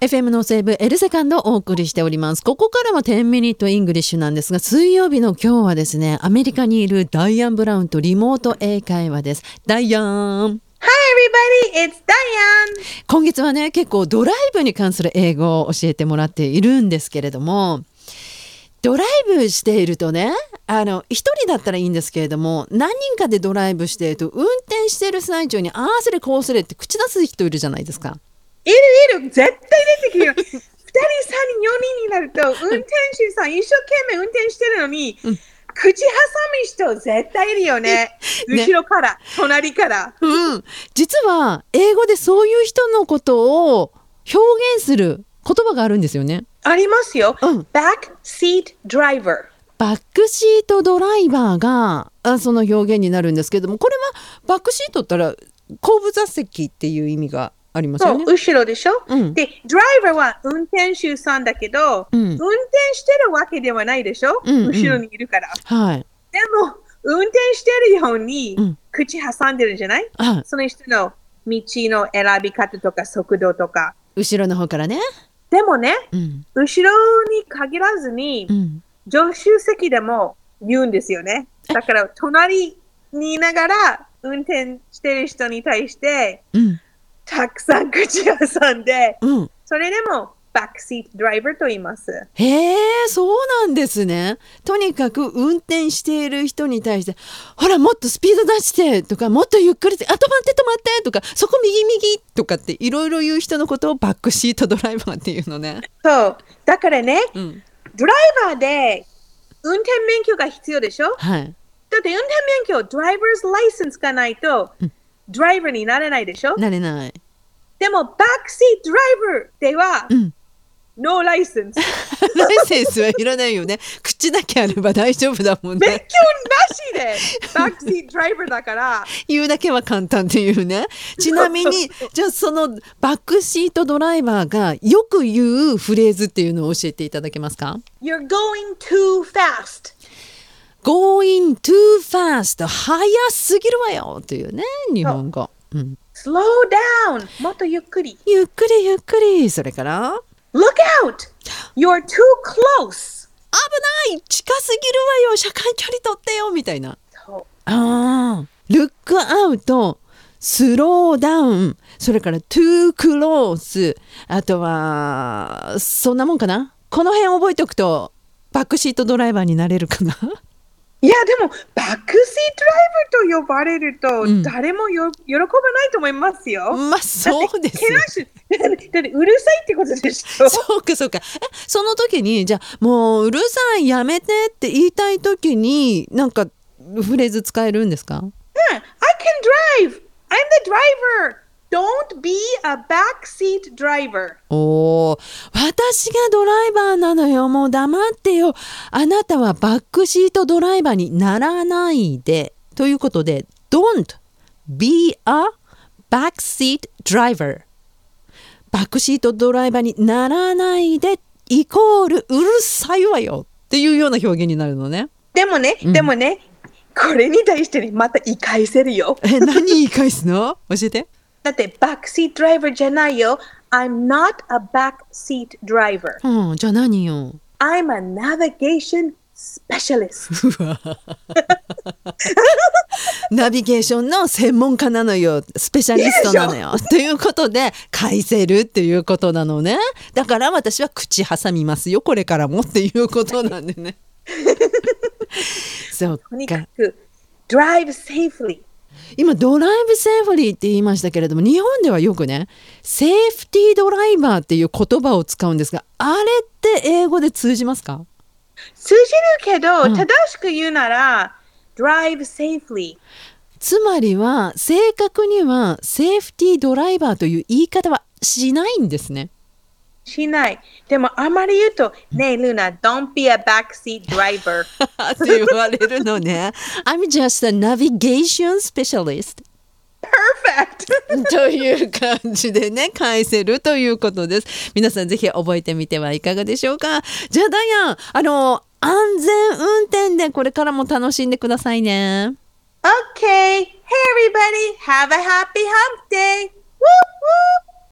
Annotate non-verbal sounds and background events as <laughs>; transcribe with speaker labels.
Speaker 1: FM の西部エルセカンドをお送りしております。ここからは10ミニットイングリッシュなんですが、水曜日の今日はですね、アメリカにいるダイアン・ブラウンとリモート英会話です。ダイアン
Speaker 2: Hi everybody, it's Diane!
Speaker 1: 今月はね、結構ドライブに関する英語を教えてもらっているんですけれども、ドライブしているとね、あの、一人だったらいいんですけれども、何人かでドライブしていると、運転している最中に、ああすれこうすれって口出す人いるじゃないですか。
Speaker 2: いるいる絶対出て
Speaker 1: <laughs>
Speaker 2: くるよ二人、三人、四人になると、運転手さん一生懸命運転してるのに、
Speaker 1: うん
Speaker 2: 口挟む人絶対いるよね。
Speaker 1: <laughs> ね
Speaker 2: 後ろから、隣から。
Speaker 1: うん、実は英語でそういう人のことを表現する言葉があるんですよね。
Speaker 2: ありますよ。
Speaker 1: うん、
Speaker 2: back seat driver。
Speaker 1: バックシートドライバーがあその表現になるんですけどもこれはバックシートったら後部座席っていう意味があります
Speaker 2: そ
Speaker 1: よ
Speaker 2: う
Speaker 1: ね、。
Speaker 2: 後ろでしょ、
Speaker 1: うん
Speaker 2: で、ドライバーは運転手さんだけど、
Speaker 1: うん
Speaker 2: 運転してるわけではないでしょ、
Speaker 1: うんうん
Speaker 2: 後ろにいるから。
Speaker 1: はい、
Speaker 2: でも、運転してるように、
Speaker 1: うん
Speaker 2: 口挟んでるじゃない
Speaker 1: はい
Speaker 2: その人の道の選び方とか速度とか。
Speaker 1: 後ろの方からね。
Speaker 2: でもね、
Speaker 1: うん
Speaker 2: 後ろに限らずに
Speaker 1: う、ん、
Speaker 2: 助手席でも言うんですよね。だから、隣にいながら運転してる人に対して、
Speaker 1: うん、
Speaker 2: たくさん口挟んで、
Speaker 1: うん。
Speaker 2: それでも、バックシートドライバーと言います。
Speaker 1: へえ、そうなんですね。とにかく運転している人に対して、ほら、もっとスピード出してとか、もっとゆっくりして、あ、止まって止まってとか、そこ右右とかっていろいろ言う人のことをバックシートドライバーっていうのね。
Speaker 2: そう。だからね、
Speaker 1: うん。
Speaker 2: ドライバーで運転免許が必要でしょ
Speaker 1: はい。
Speaker 2: だって運転免許、ドライバーズライセンスがないと、ドライバーになれないでしょ
Speaker 1: なれない。
Speaker 2: でも、バックシートドライバーでは
Speaker 1: う、ん。
Speaker 2: ノーライセ
Speaker 1: <laughs>
Speaker 2: ンス。
Speaker 1: ライセンスはいらないよね。口だけあれば大丈夫だもん
Speaker 2: 勉強な
Speaker 1: ね。
Speaker 2: しで、バックシートドライバーだから、
Speaker 1: 言うだけは簡単っていうね。ちなみに、じゃあそのバックシートドライバーがよく言うフレーズっていうのを教えていただけますか
Speaker 2: You're going too fast.
Speaker 1: going too fast 早すぎるわよというね日本語、うん、
Speaker 2: Slow down. もっとゆっくり。
Speaker 1: ゆっくりゆっくりそれから
Speaker 2: Look out. You're too close.
Speaker 1: 危ない近すぎるわよ車間距離取ってよみたいな
Speaker 2: そう
Speaker 1: あー look out スローダウンそれから too close あとはそんなもんかなこの辺覚えておくとバックシートドライバーになれるかな
Speaker 2: いやでもバックシートドライバーと呼ばれると、
Speaker 1: うん
Speaker 2: 誰もよ喜ばないと思いますよ。
Speaker 1: <laughs> まあそうです
Speaker 2: け
Speaker 1: よ
Speaker 2: なし <laughs> だってだってうるさいってことでし <laughs> ょ。
Speaker 1: そうかそうか。え、その時に、じゃあ、もううるさいやめてって言いたい時に、なんか、フレーズ使えるんですか
Speaker 2: Yeah, I can drive. I'm the driver. Don't be a backseat driver.
Speaker 1: おー私がドライバーなのよ。もう黙ってよ。あなたはバックシートドライバーにならないで。ということで、don't be a backseat driver。バックシートドライバーにならないで、イコールうるさいわよ。っていうような表現になるのね。
Speaker 2: でもね、
Speaker 1: ん
Speaker 2: でもね、これに対してね、また言い返せるよ。
Speaker 1: え、何言い返すの教えて。
Speaker 2: だってバックシートドライバーじゃないよ。I'm not a backseat driver.
Speaker 1: うん、じゃあ何よ。
Speaker 2: I'm a navigation <laughs> specialist.
Speaker 1: ナビゲーションの専門家なのよ。スペシャリストなのよ。ということで、返せるっていうことなのね。だから私は口挟みますよ、これからもっていうことなんで <laughs> ね。そう
Speaker 2: とに
Speaker 1: か
Speaker 2: か。く、drive safely.
Speaker 1: 今、ドライブセーフリーって言いましたけれども、日本ではよくね、セーフティードライバーっていう言葉を使うんですが、あれって英語で通じますか
Speaker 2: 通じるけど、
Speaker 1: ん
Speaker 2: 正しく言うなら、drive safely.
Speaker 1: つまりは正確にはセーフティードライバーという言い方はしないんですね。
Speaker 2: しない。でも、あまり言うと、ねえ、ルナ、don't be a backseat driver.
Speaker 1: <laughs> って言われるのね。I'm just a navigation specialist. <laughs>
Speaker 2: Perfect! <laughs>
Speaker 1: という感じでね、返せるということです。皆さんぜひ覚えてみてはいかがでしょうか。じゃあダイアン、あの、安全運転でこれからも楽しんでくださいね。
Speaker 2: okay! Hey, everybody! Have a happy hump day! Woo, woo!